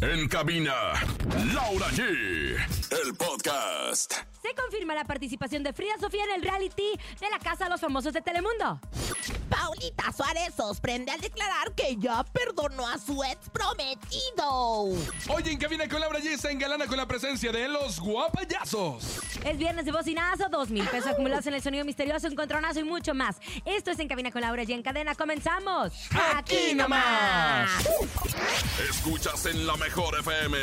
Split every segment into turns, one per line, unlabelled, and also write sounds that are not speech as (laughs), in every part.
En cabina, Laura G. El podcast.
Se confirma la participación de Frida Sofía en el reality de la Casa de los Famosos de Telemundo.
Paulita Suárez sorprende al declarar que ya perdonó a su ex prometido.
Oye, en cabina con Laura G está engalana con la presencia de los guapayazos.
Es viernes de bocinazo, dos mil pesos acumulados en el sonido misterioso, encontronazo y mucho más. Esto es En Cabina con Laura G en cadena. Comenzamos.
Aquí nomás.
Escuchas en la mejor FM.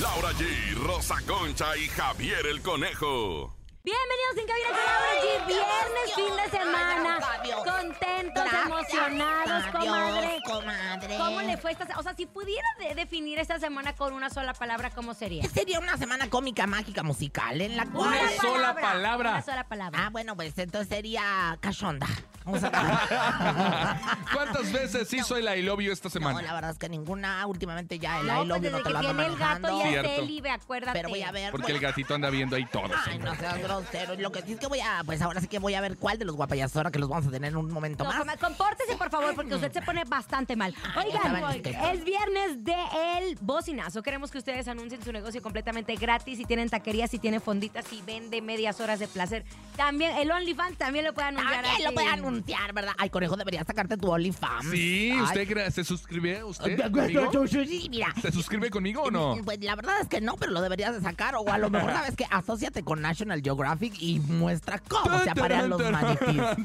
Laura G, Rosa Concha y Javier el Conejo.
Bienvenidos en Cabina con Laura G. Viernes, fin de semana. Contentos, emocionados, comadre.
comadre.
¿Cómo le fue esta se- O sea, si pudiera de- definir esta semana con una sola palabra, ¿cómo sería?
Sería una semana cómica, mágica, musical en la cual...
Una sola palabra.
Una sola palabra.
Ah, bueno, pues entonces sería cachonda. Vamos a-
(laughs) ¿Cuántas veces hizo el I love you esta
No,
semana?
la verdad es que ninguna. Últimamente ya el
No,
I
pues
love you
desde
no te
que
lo ando
tiene el gato
manejando.
ya es
Cierto.
Elibe, acuérdate.
Pero voy a ver.
Porque el gatito anda viendo ahí todo.
Ay, no seas grosero. Lo que sí es que voy a. Pues ahora sí que voy a ver cuál de los guapayas ahora que los vamos a tener en un momento
No,
más.
coma- compórtese, por favor, porque usted se pone bastante mal.
Ay, ya
Oigan,
saben que-
es viernes de El Bocinazo. Queremos que ustedes anuncien su negocio completamente gratis. Si tienen taquerías, si tienen fonditas, si vende medias horas de placer. También el OnlyFans también lo puede anunciar.
También Ah, lo
así.
puede anunciar, ¿verdad? Ay, conejo, deberías sacarte tu OnlyFans.
Sí,
Ay.
¿usted gra- se suscribe? ¿Usted? conmigo?
(laughs) Sí, Mira.
¿Se suscribe conmigo (laughs) o no?
Pues la verdad es que no, pero lo deberías de sacar. O a lo
(laughs)
mejor sabes que asóciate con National Geographic y muestra cómo pues se aparean los maniquíes.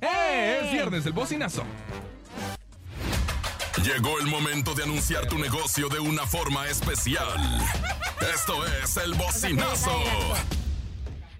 ¡Eh! Es viernes, el bocinazo.
Llegó el momento de anunciar tu negocio de una forma especial. Esto es el bocinazo.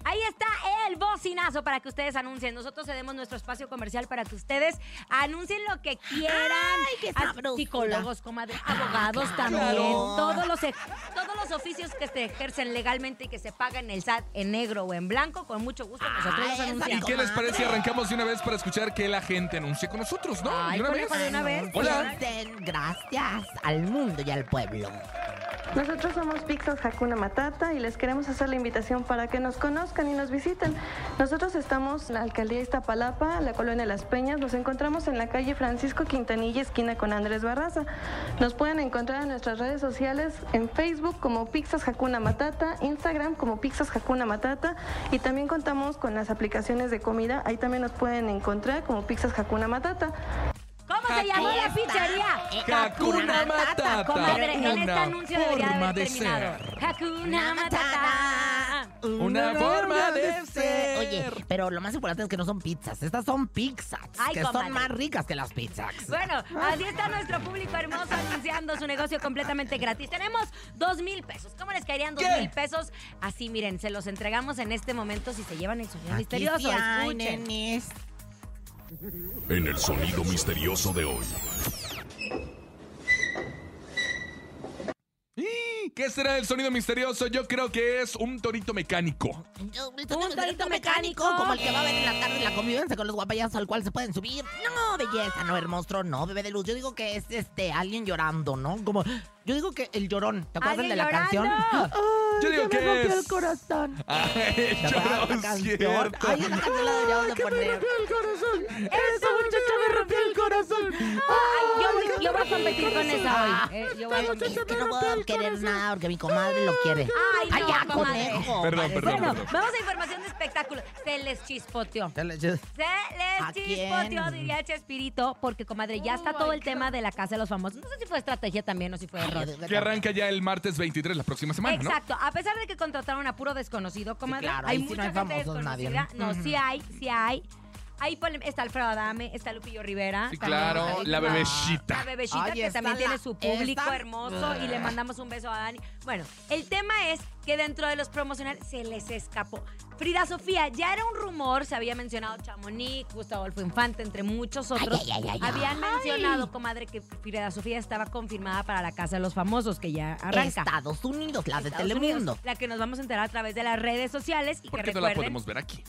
Ahí está El Bocinazo para que ustedes anuncien. Nosotros cedemos nuestro espacio comercial para que ustedes anuncien lo que quieran.
Ay, qué
A-
sabrosura.
Psicólogos, comadre, abogados
claro.
también.
Claro.
Todos los e- todos los oficios que se ejercen legalmente y que se pagan en el SAT en negro o en blanco, con mucho gusto nosotros
Ay,
los
Ah, esa
¿Y
anunciamos.
qué les parece si arrancamos de una vez para escuchar que la gente anuncie con nosotros, no?
Ay,
¿De una
conejo, de una vez.
(laughs) Hola.
Dicen gracias al mundo y al pueblo.
Nosotros somos Pixos Hakuna Matata y les queremos hacer la invitación para que nos conozcan y nos visiten. Nosotros estamos en la alcaldía de Iztapalapa, la colonia Las Peñas. Nos encontramos en la calle Francisco Quintanilla, esquina con Andrés Barraza. Nos pueden encontrar en nuestras redes sociales en Facebook como Pixos Hakuna Matata, Instagram como Pixos Hakuna Matata y también contamos con las aplicaciones de comida. Ahí también nos pueden encontrar como Pixos Hakuna Matata.
¿Cómo se llamó
Ahí
la
está.
pizzería?
Hakuna Matata.
Comadre, en este
Una
anuncio debería de
forma
haber
de
terminado. Hakuna Matata.
Matata.
Una forma de ser.
Oye, pero lo más importante es que no son pizzas. Estas son pizzas.
Ay,
que
comadre.
son más ricas que las pizzas.
Bueno, así está nuestro público hermoso anunciando su negocio completamente gratis. Tenemos dos mil pesos. ¿Cómo les caerían dos
¿Qué?
mil pesos? Así, miren, se los entregamos en este momento si se llevan el sonido
Aquí
misterioso.
sí hay,
Escuchen.
nenes.
En el sonido misterioso de hoy.
¡Ih! ¿Qué será el sonido misterioso? Yo creo que es un torito mecánico.
Un torito mecánico como el que va a haber en la tarde en la convivencia con los guapayazos al cual se pueden subir. No, belleza, no, hermoso, no, bebé de luz. Yo digo que es este alguien llorando, ¿no? Como yo digo que el llorón, ¿te acuerdas
¿Alguien
el de la
llorando?
canción?
Yo digo
se me
que
rompió
es-
el corazón.
Ay,
¿Te
(laughs)
acuerdas de
yo
la
no
canción? Ay,
cierto.
esa canción la deberíamos de poner.
Esa muchacha me rompió el corazón. Ay, yo, yo voy a competir con
Ah,
esa hoy. Eh, yo voy a competir.
Es que no puedo querer nada porque mi comadre lo quiere.
Ay, no,
ya,
comadre.
conejo.
Perdón, perdón,
Bueno,
perdón.
vamos a información de espectáculo. Se les chispoteó.
perdón.
Se les
¿A
chispoteó,
quién? Oh,
diría Chespirito, porque, comadre, ya está todo el tema de la Casa de los Famosos. No sé si fue estrategia también o si fue error.
Que arranca ya el martes 23, la próxima semana, ¿no?
Exacto. A pesar de que contrataron a puro desconocido, comadre,
claro,
hay
ahí sí
mucha
no hay
gente
famosos, nadie,
desconocida. No,
¿no?
sí hay, sí hay. Ahí pone- está Alfredo Adame, está Lupillo Rivera.
Sí,
también
claro,
está
la
Lupillo.
bebecita.
La bebecita
Ahí
que
está
también
la-
tiene su público
esa-
hermoso y le mandamos un beso a Dani. Bueno, el tema es que dentro de los promocionales se les escapó. Frida Sofía, ya era un rumor, se había mencionado Chamonix, Gustavo Adolfo Infante, entre muchos otros.
ay, ay, ay, ay.
Habían mencionado, comadre, que Frida Sofía estaba confirmada para la Casa de los Famosos, que ya arranca.
Estados Unidos, la de
Estados
Telemundo.
Unidos, la que nos vamos a enterar a través de las redes sociales y que
Porque no la
recuerden,
podemos ver aquí.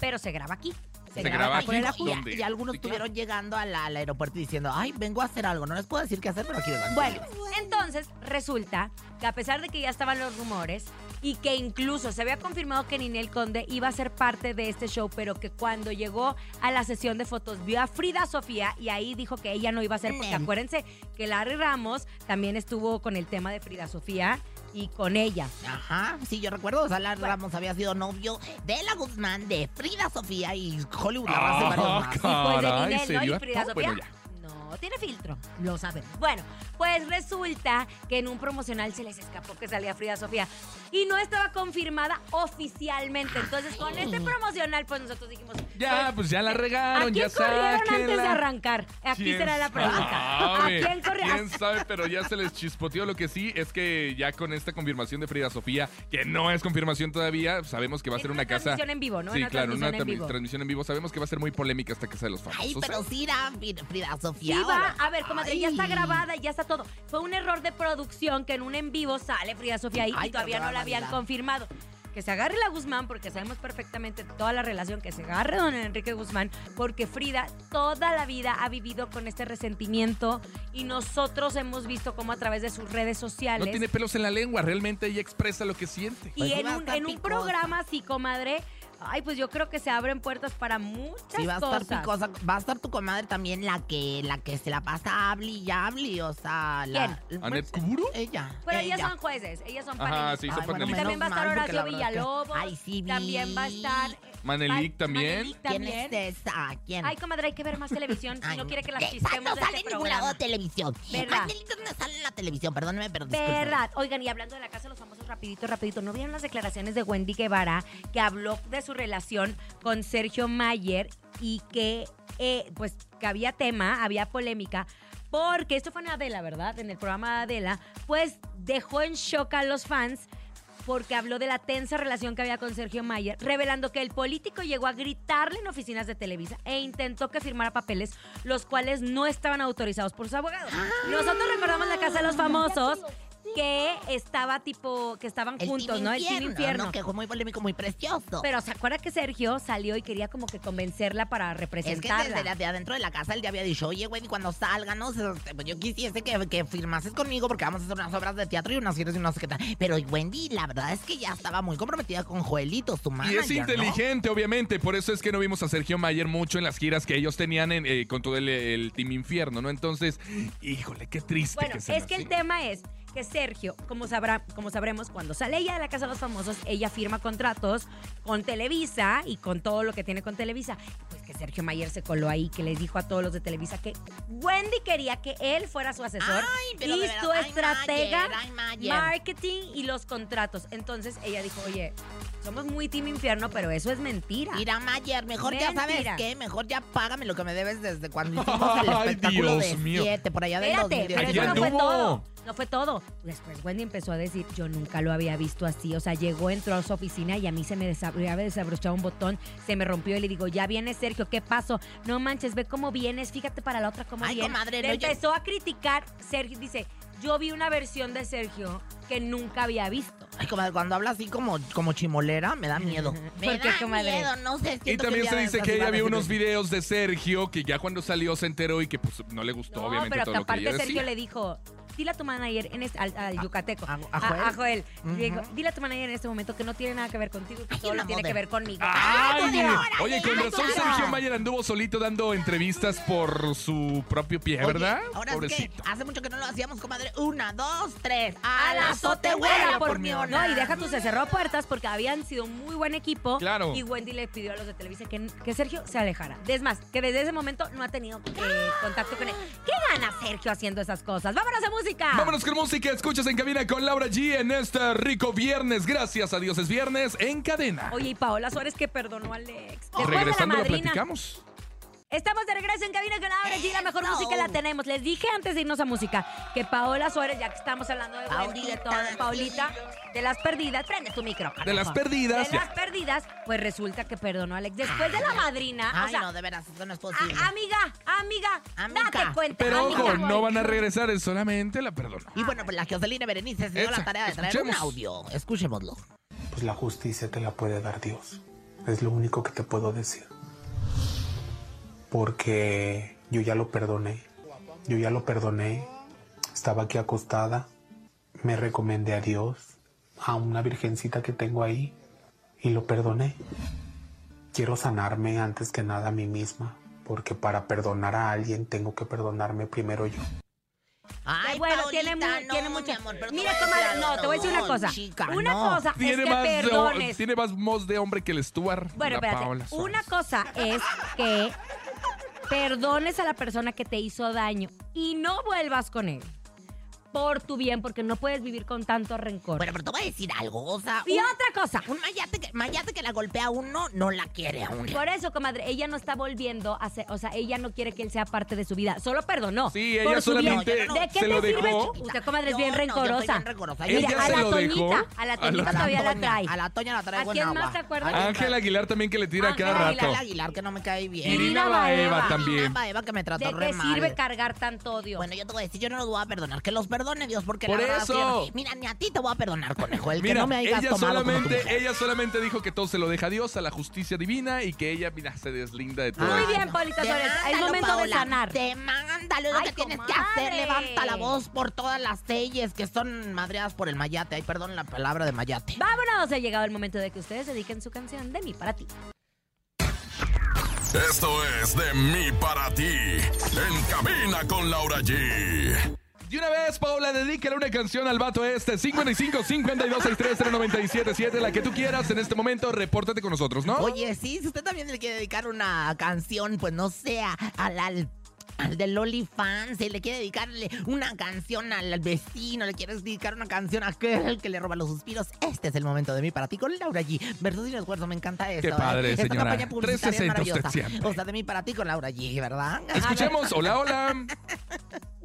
pero se graba aquí.
Se graba
acá con el
aquí.
ajuste.
¿Dónde?
Y algunos
Sí, claro.
estuvieron llegando al, al aeropuerto diciendo, ay, vengo a hacer algo. No les puedo decir qué hacer, pero aquí vengo.
Bueno, entonces resulta que a pesar de que ya estaban los rumores, y que incluso se había confirmado que Ninel Conde iba a ser parte de este show, pero que cuando llegó a la sesión de fotos vio a Frida Sofía y ahí dijo que ella no iba a ser, porque
Mm.
acuérdense que Larry Ramos también estuvo con el tema de Frida Sofía y con ella.
Ajá, sí, yo recuerdo. O sea, Larry Ramos había sido novio de la Guzmán, de Frida Sofía y Hollywood la raza y varios
Ah, (laughs)
más.
Y pues de
caray,
Ninel,
se
¿no?
dio
Y
a
Frida
todo, bueno,
Sofía. No, tiene filtro, lo saben. Bueno, pues resulta que en un promocional se les escapó que salía Frida Sofía y no estaba confirmada oficialmente. Entonces, con este promocional, pues nosotros dijimos.
ya. Ya, pues ya la regaron,
¿A
ya
quién corrieron antes de
sáquenla.
arrancar? Aquí
¿Quién
será la pregunta. ¿A
sabe?
quién corrieron?
¿Quién sabe? Pero ya se les chispoteó. Lo que sí es que ya con esta confirmación de Frida Sofía, que no es confirmación todavía, sabemos que va a
Es
ser
una
una, casa.
transmisión en vivo, ¿no?
Sí,
Una
claro, una
transmisión en
tra-
vivo.
transmisión en vivo. Sabemos que va a ser muy polémica esta casa de los famosos.
Ay, pero sí era Fri- Frida
Sí
Sofía.
va,
ahora.
a ver, comadre, ya está
Ay.
grabada, ya está todo. Fue un error de producción que en un en vivo sale Frida Sofía ahí
Ay,
y todavía
pero
no la habían
barbaridad.
confirmado. Que se agarre la Guzmán, porque sabemos perfectamente toda la relación que se agarre don Enrique Guzmán, porque Frida toda la vida ha vivido con este resentimiento y nosotros hemos visto cómo a través de sus redes
no
sociales.
tiene pelos en la lengua, realmente ella expresa lo que siente.
Y
Pues sí
en,
va a
un,
estar
en un
picosa.
programa así, comadre, ay, pues yo creo que se abren puertas para muchas
Sí, va a estar
cosas.
picosa. Va a estar tu comadre también la que, la que se la pasa hable y hable. O sea, la.
¿Anet Kuburu?
Ella.
Pero
ella.
ellas son jueces, ellas son
Ajá,
panelistas.
sí, son
Ay, bueno,
Y
panelistas.
también va a
menos
estar
mal, porque
Horacio
la verdad es que-
Villalobos.
Ay, sí, vi.
También va a estar. eh,
Manelik
Ma-
también.
Manelik
¿Quién
también.
es esa? ¿Quién?
Ay, comadre, hay que ver más televisión si
Ay,
no quiere que las
de- No
chisquemos de
sale
este
en ningún lado de
programa.
televisión.
¿Verdad?
Angelita no sale en la televisión, perdóneme, pero discúlpeme.
Verdad. Oigan, y hablando de la casa de los famosos, rapidito, rapidito, ¿no vieron las declaraciones de Wendy Guevara que habló de su relación con Sergio Mayer y que, eh, pues, que había tema, había polémica? Porque esto fue en Adela, ¿verdad? En el programa de Adela, pues dejó en shock a los fans porque habló de la tensa relación que había con Sergio Mayer, revelando que el político llegó a gritarle en oficinas de Televisa e intentó que firmara papeles los cuales no estaban autorizados por sus abogados.
Ah.
Nosotros recordamos la casa de los famosos que estaba tipo que estaban
El
juntos,
Team
¿no?
Infierno,
el team infierno.
¿no? Que fue muy polémico, muy precioso.
Pero se acuerda que Sergio salió y quería como que convencerla para
es que
representarla.
desde la- de adentro de la casa él ya había dicho, oye, güey, cuando salgan, no, este, pues yo quisiese que, que firmases conmigo porque vamos a hacer unas obras de teatro y unas series y no sé qué tal. Pero Wendy, la verdad es que ya estaba muy comprometida con Joelito, su
Y
manager,
es inteligente, obviamente. Por eso es que no vimos a Sergio Mayer mucho en las giras que ellos tenían en, eh, con todo el, el Team Infierno, ¿no? Entonces, híjole, qué (laughs) triste
Bueno,
que
es
sea
que
así.
el tema es que Sergio, como, sabrá, como sabremos, cuando sale ella de la Casa de los Famosos, ella firma contratos con Televisa y con todo lo que tiene con Televisa. Pues que Sergio Mayer se coló ahí, que les dijo a todos los de Televisa que Wendy quería que él fuera su asesor
Ay, pero
y
de verdad,
su
ay,
estratega,
Mayer, ay, Mayer.
marketing y los contratos. Entonces ella dijo, oye, somos muy Team Infierno, pero eso es mentira.
Mira, Mayer, mejor ya sabes
Mentira.
qué, mejor ya págame lo que me debes desde cuando hicimos el
(laughs) Ay,
espectáculo de
Dios mío.
siete, por allá del
Espérate, pero
2018.
Aquí
eso no fue
anduvo.
todo. No fue todo. Después Wendy empezó a decir, yo nunca lo había visto así. O sea, llegó, entró a su oficina y a mí se me desab- ya había desabrochado un botón, se me rompió y le digo, ya viene Sergio, ¿qué pasó? No manches, ve cómo vienes, fíjate para la otra cómo
Ay,
viene.
comadre,
Le
no, yo-
empezó a criticar Sergio, dice, yo vi una versión de Sergio que nunca había visto.
Ay, comadre, cuando habla así como, como chimolera, me da miedo. Me
¿Por qué,
da
comadre?
miedo, no sé.
Y
siento
también
un
se
día
dice
de
que
esas
ella
iba a
vio
decir-
unos videos de Sergio que ya cuando salió se enteró y que pues no le gustó
No,
obviamente
pero
todo
que
lo que
aparte
ella
Sergio
decía.
le dijo, dile a tu manager en este- al, al yucateco,
Ah, a- a Joel.
Le dijo,
Ujú.
dile a tu manager en este momento que no tiene nada que ver contigo, que
Ay,
solo
una
tiene que
moda.
ver conmigo.
Ah, ¡Ay!
¡Órale!
Oye, con
¡Ay,
razón
claro!
Sergio Mayer anduvo solito dando entrevistas por su propio pie,
Oye,
¿verdad?
Ahora es
Pobrecito.
que hace mucho que no lo hacíamos, comadre. Una, dos, tres.
al
Al azote,
güera,
güera, por mi honor.
No, y deja tú, se cerró puertas porque habían sido un muy buen equipo.
Claro.
Y Wendy le pidió a los de Televisa que, que Sergio se alejara. Es más, que desde ese momento no ha tenido eh, contacto con él. ¿Qué gana Sergio haciendo esas cosas? ¡Vámonos a música!
Vámonos con música, escuchas en cabina con Laura G en este rico viernes. Gracias a Dios es viernes en cadena.
Oye, y Paola Suárez que perdonó a Alex. Después
Regresando
de
lo
la madrina.
platicamos.
Estamos de regreso en Cabina con Laura G. La mejor
Eso.
música la tenemos. Les dije antes de irnos a música que Paola Suárez, ya que estamos hablando de Wendy, de todo,
Paulita.
Paulita, de las perdidas, prende tu micrófono.
De las perdidas,
De las
ya.
perdidas, pues resulta que perdonó a Alex. Después de la madrina, ah, o
Ay,
sea,
no, de veras, eso no es posible.
a- amiga, amiga,
Amiga.
date cuenta.
Pero
amiga.
ojo, no van a regresar, es solamente la perdono.
y bueno, pues la Jocelyn Berenice se dio
Esa,
la tarea de traer
escuchemos.
un audio. Escuchémoslo.
Pues la justicia te la puede dar Dios. Es lo único que te puedo decir. Porque yo ya lo perdoné. Yo ya lo perdoné. Estaba aquí acostada. Me recomendé a Dios. a una virgencita que tengo ahí y lo perdoné. Quiero sanarme antes que nada a mí misma, porque para perdonar a alguien tengo que perdonarme primero yo.
Ay, bueno, tiene, mu-
Paulita, no,
tiene
mi
mucho.
amor, pero
Mira,
voy a
comadre,
algo,
no, te voy a decir una
no,
cosa.
chica,
una
no.
cosa
Tiene
es que
más, de,
perdones.
tiene más voz de hombre que el Stuart.
Bueno,
la
espérate.
Paola Suárez.
Una cosa es que perdones a la persona que te hizo daño y no vuelvas con él. Por tu bien, porque no puedes vivir con tanto rencor.
Bueno, pero te voy a decir algo, o sea...
y
un-
otra cosa.
Un mayate que, mayate que la golpea a uno, no la quiere a uno.
Por eso, comadre, ella no está volviendo a ser, o sea, ella no quiere que él sea parte de su vida. Solo perdonó.
Sí,
Por
ella
su bien.
solamente
No, yo no-
¿De qué
se
te
lo
sirve?
dejó.
Usted, comadre, es
Yo
bien
no, yo soy
rencorosa.
bien rencorosa. Yo
Mira,
Ella
a
se
la
lo
Toñita, a
dejó.
la
A la
Toñita todavía la
Toña,
trae.
A la Toña la traigo
¿A
en
quién
agua.
más te acuerdas?
Ay,
Ángel Aguilar también que le tira
Ángel
cada
Aguilar,
rato.
Ángel Aguilar, que no me cae bien.
Irina
Irina Baeva
Baeva.
también.
Irina Baeva, que me trató
¿De
re
qué
mal.
sirve cargar tanto odio?
Bueno, yo te voy a decir, yo no los voy a perdonar. Que los perdone Dios, porque
Por
la verdad
eso.
es que- Mira, ni a ti te voy a perdonar, conejo. El que
Mira,
no me hayas
ella
tomado como tu
solamente,
mujer.
ella solamente dijo que todo se lo deja a Dios, a la justicia divina y que ella, mira, se deslinda de todo.
Muy
Ay,
bien,
Ah, no.
Paulita Suárez. Es
Demándalo,
momento de
Paola.
sanar.
Demándalo, es lo
Ay,
que tienes que
comadre.
hacer. Levanta la voz por todas las leyes que son madreadas por el mayate. Ay, perdón la palabra de mayate.
Vámonos, ha llegado el momento de que ustedes dediquen su canción de mí para ti.
Esto es de mí para ti. En cabina con Laura G.
Y una vez, Paola, dedícale una canción al vato este. 55 52 63 97 7, la que tú quieras en este momento. Repórtate con nosotros, ¿no?
Oye, sí, si usted también le quiere dedicar una canción, pues no sea al, al, al del OnlyFans, si le quiere dedicarle una canción al, al vecino, le quiere dedicar una canción a aquel que le roba los suspiros, este es el momento de mí para ti con Laura G. Versus y recuerdo, me encanta esto. ¿eh?
Qué padre,
Esta
señora.
campaña publicitaria es
360 usted
maravillosa.
siempre.
O sea, de mí para ti con Laura G, ¿verdad?
Escuchemos. Hola, hola.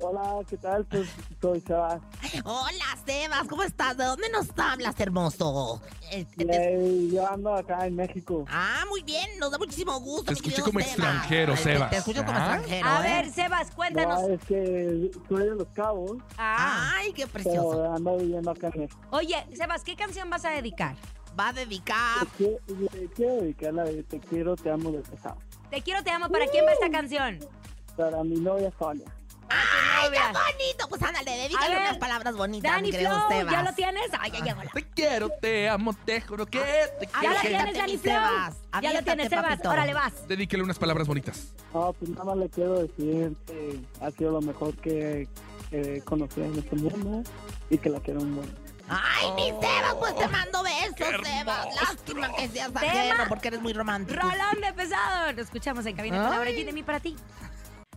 Hola, ¿qué tal? Pues soy Sebas.
Hola, Sebas, ¿cómo estás? ¿De dónde nos hablas, hermoso? Eh, eh, te-
Yay, yo ando acá en México.
Ah, muy bien, nos da muchísimo gusto.
Te
mi
escuché
querido
como
Sebas.
extranjero,
Ay, te-
Sebas.
Te escucho como
Ah.
extranjero.
A
¿eh?
ver, Sebas, cuéntanos.
No, es que tú eres de los cabos,
Ah.
Ay, qué precioso.
pero ando viviendo acá en
Ah.
México.
Oye, Sebas, ¿qué canción vas a dedicar?
Va a dedicar.
Te quiero- Te quiero dedicar la de Te quiero, te amo de este pesado.
Te quiero, te amo. ¿Para quién va esta
Uh.
canción?
Para mi novia Sonia.
Ay,
¡Qué bonito! Pues ándale,
A
dedícale
ver,
unas palabras bonitas,
Dani
mi querido
Flow,
Sebas.
¿ya lo tienes? Ay, ya llegó la.
Te quiero, te amo, te juro que te
Ah,
Ya
quiero.
lo
aviéntate,
tienes,
mi
Dani
Sebas,
Flow. Ya lo
aviéntate,
tienes, Sebas.
papito.
Órale, vas.
Dedícale unas palabras bonitas.
No, pues nada más le quiero decir que ha sido lo mejor que he conocido en este mundo y que la quiero un buen.
¡Ay, mi Sebas! Pues te mando besos, Sebas. Lástima que seas ajeno porque eres muy romántico.
Rolón de pesado. Lo escuchamos en cabina con Laura G, de mí para ti.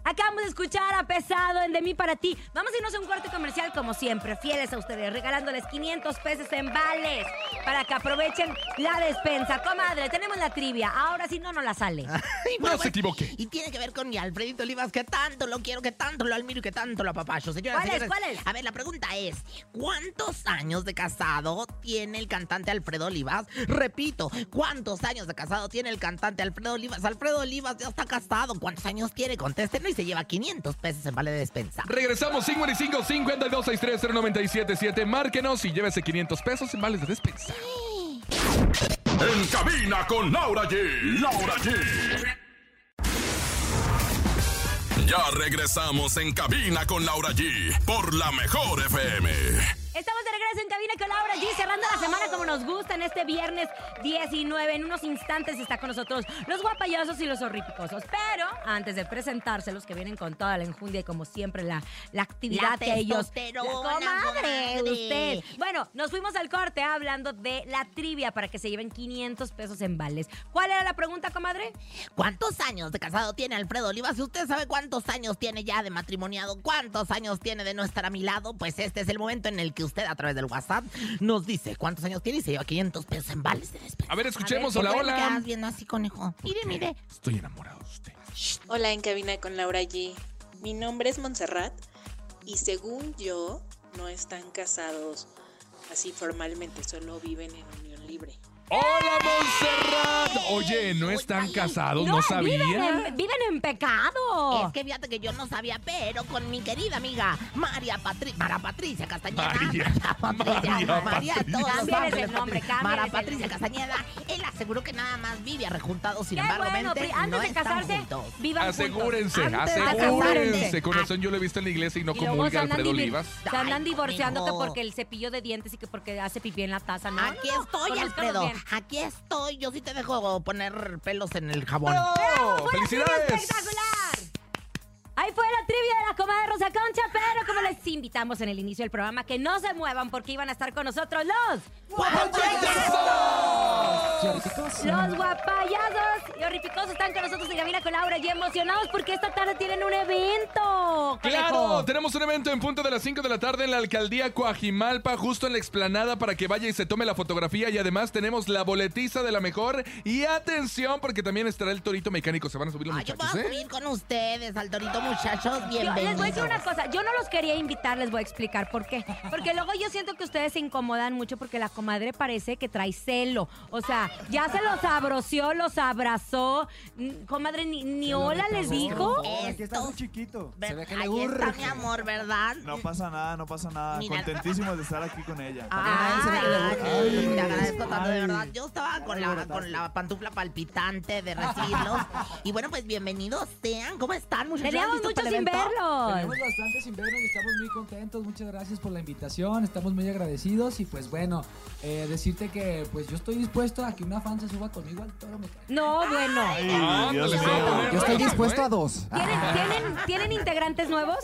Acabamos de escuchar a Pesado en De mí para ti. Vamos a irnos a un corte comercial como siempre, fieles a ustedes, regalándoles 500 pesos en vales para que aprovechen la despensa. Comadre, tenemos la trivia. Ahora sí no nos la sale.
Ay,
No
bueno,
se equivoque.
(laughs) Y tiene que ver con mi Alfredito Olivas, que tanto lo quiero, que tanto lo admiro y que tanto lo apapacho. Señoras,
¿Cuál es?
señores,
¿Cuál es?
A ver, la pregunta es, ¿cuántos años de casado tiene el cantante Alfredo Olivas? Repito, ¿cuántos años de casado tiene el cantante Alfredo Olivas? Alfredo Olivas ya está casado. ¿Cuántos años tiene? Contéstenlo y se lleva 500 pesos en vale de despensa.
Regresamos 55 52 63 097 7. Márquenos y llévese 500 pesos en vales de despensa.
En cabina con Laura G. Laura G. Ya regresamos en cabina con Laura G. Por la mejor FM.
Estamos de regreso en cabina con Laura G, cerrando la semana como nos gusta en este viernes 19. En unos instantes está con nosotros los guapayosos y los horripicosos. Pero antes de presentárselos, que vienen con toda la enjundia y como siempre la, la actividad
La
que ellos...
testosterona,
comadre,
comadre.
usted. Bueno, nos fuimos al corte ah, hablando de la trivia para que se lleven 500 pesos en vales. ¿Cuál era la pregunta, comadre?
¿Cuántos años de casado tiene Alfredo Olivas? Si usted sabe cuántos años tiene ya de matrimoniado, cuántos años tiene de no estar a mi lado, pues este es el momento en el que usted a través del WhatsApp nos dice cuántos años tiene y se lleva 500 pesos en vales de despensa.
A ver, escuchemos.
¿Por
hola,
qué me
hola.
quedas viendo así, conejo? Mire, mire.
Estoy enamorado de usted.
Hola, en cabina con Laura G. Mi nombre es Montserrat y según yo no están casados así formalmente, solo viven en unión libre.
¡Hola, Montserrat! Oye, ¿no están casados? No,
Viven
sabía.
en, viven en pecado.
Es que fíjate que yo no sabía, pero con mi querida amiga María Patricia, Mara Patricia Castañeda.
María. María
María, María,
Patricia.
todos los
Cámbiales el nombre,
nombres, Patricia.
cámbiales
Mara
el
Patricia
nombre.
Castañeda, él aseguró que nada más vive arrejuntado, sin
Qué
embargo,
bueno,
vente,
pri- antes
no
de
están
casarse,
juntos.
vivan
Asegúrense,
juntos. Antes de
asegúrense.
casarse.
Con razón yo lo he visto en la iglesia y no
Y luego se
comulga
andan,
Alfredo
divi-
Olivas.
se andan
Ay,
divorciando que
amigo.
porque el cepillo de dientes y que porque hace pipí en la taza. No,
Aquí
no, no,
estoy,
conózcanos
Alfredo.
bien.
Aquí estoy. Yo sí te dejo poner pelos en el jabón.
¡Oh, ¡Felicidades!
¡Espectacular! Ahí fue la trivia de la comadre Rosa Concha, pero como les invitamos en el inicio del programa, que no se muevan porque iban a estar con nosotros los... Los guapayazos y horripicosos están con nosotros en cabina con Laura y emocionados porque esta tarde tienen un evento.
Claro,
conejo.
tenemos un evento en punto de las 5 de la tarde en la alcaldía Coajimalpa, justo en la explanada para que vaya y se tome la fotografía y además tenemos la boletiza de la mejor y atención porque también estará el torito mecánico, se van a subir los
Ay, yo puedo
muchachos, ¿eh?
subir con ustedes, al torito muchachos.
Yo
Bienvenidos.
les voy a decir una cosa, yo no los quería invitar, les voy a explicar por qué. Porque luego yo siento que ustedes se incomodan mucho porque la comadre parece que trae celo. O sea, ya se los abroció, los abrazó. Mm, Comadre, ni, ni hola les dijo.
Ahora que está muy
Estos-
chiquito.
Ver-
Se ve que le
Ahí está mi
urge.
amor, ¿verdad?
No pasa nada, no pasa nada.
Mira.
Contentísimos de estar aquí con ella.
Ay,
Ay,
te agradezco tanto, de
ay.
verdad. Yo estaba con la, con la pantufla palpitante de recibirlos. y bueno, pues bienvenidos sean. ¿Cómo están, muchachos?
Teníamos
¿Listos
mucho
para el
sin
evento?
verlos.
Tenemos bastante sin vernos, estamos muy contentos, muchas gracias por la invitación, estamos muy agradecidos y pues bueno, eh, decirte que pues yo estoy dispuesto a que una fan se suba conmigo al toro me cae.
No, bueno.
Ándale,
Dios
se va a
mío.
Ah,
poner
Yo estoy
bueno,
dispuesto
¿eh?
a dos.
¿Tienen, tienen, tienen integrantes nuevos?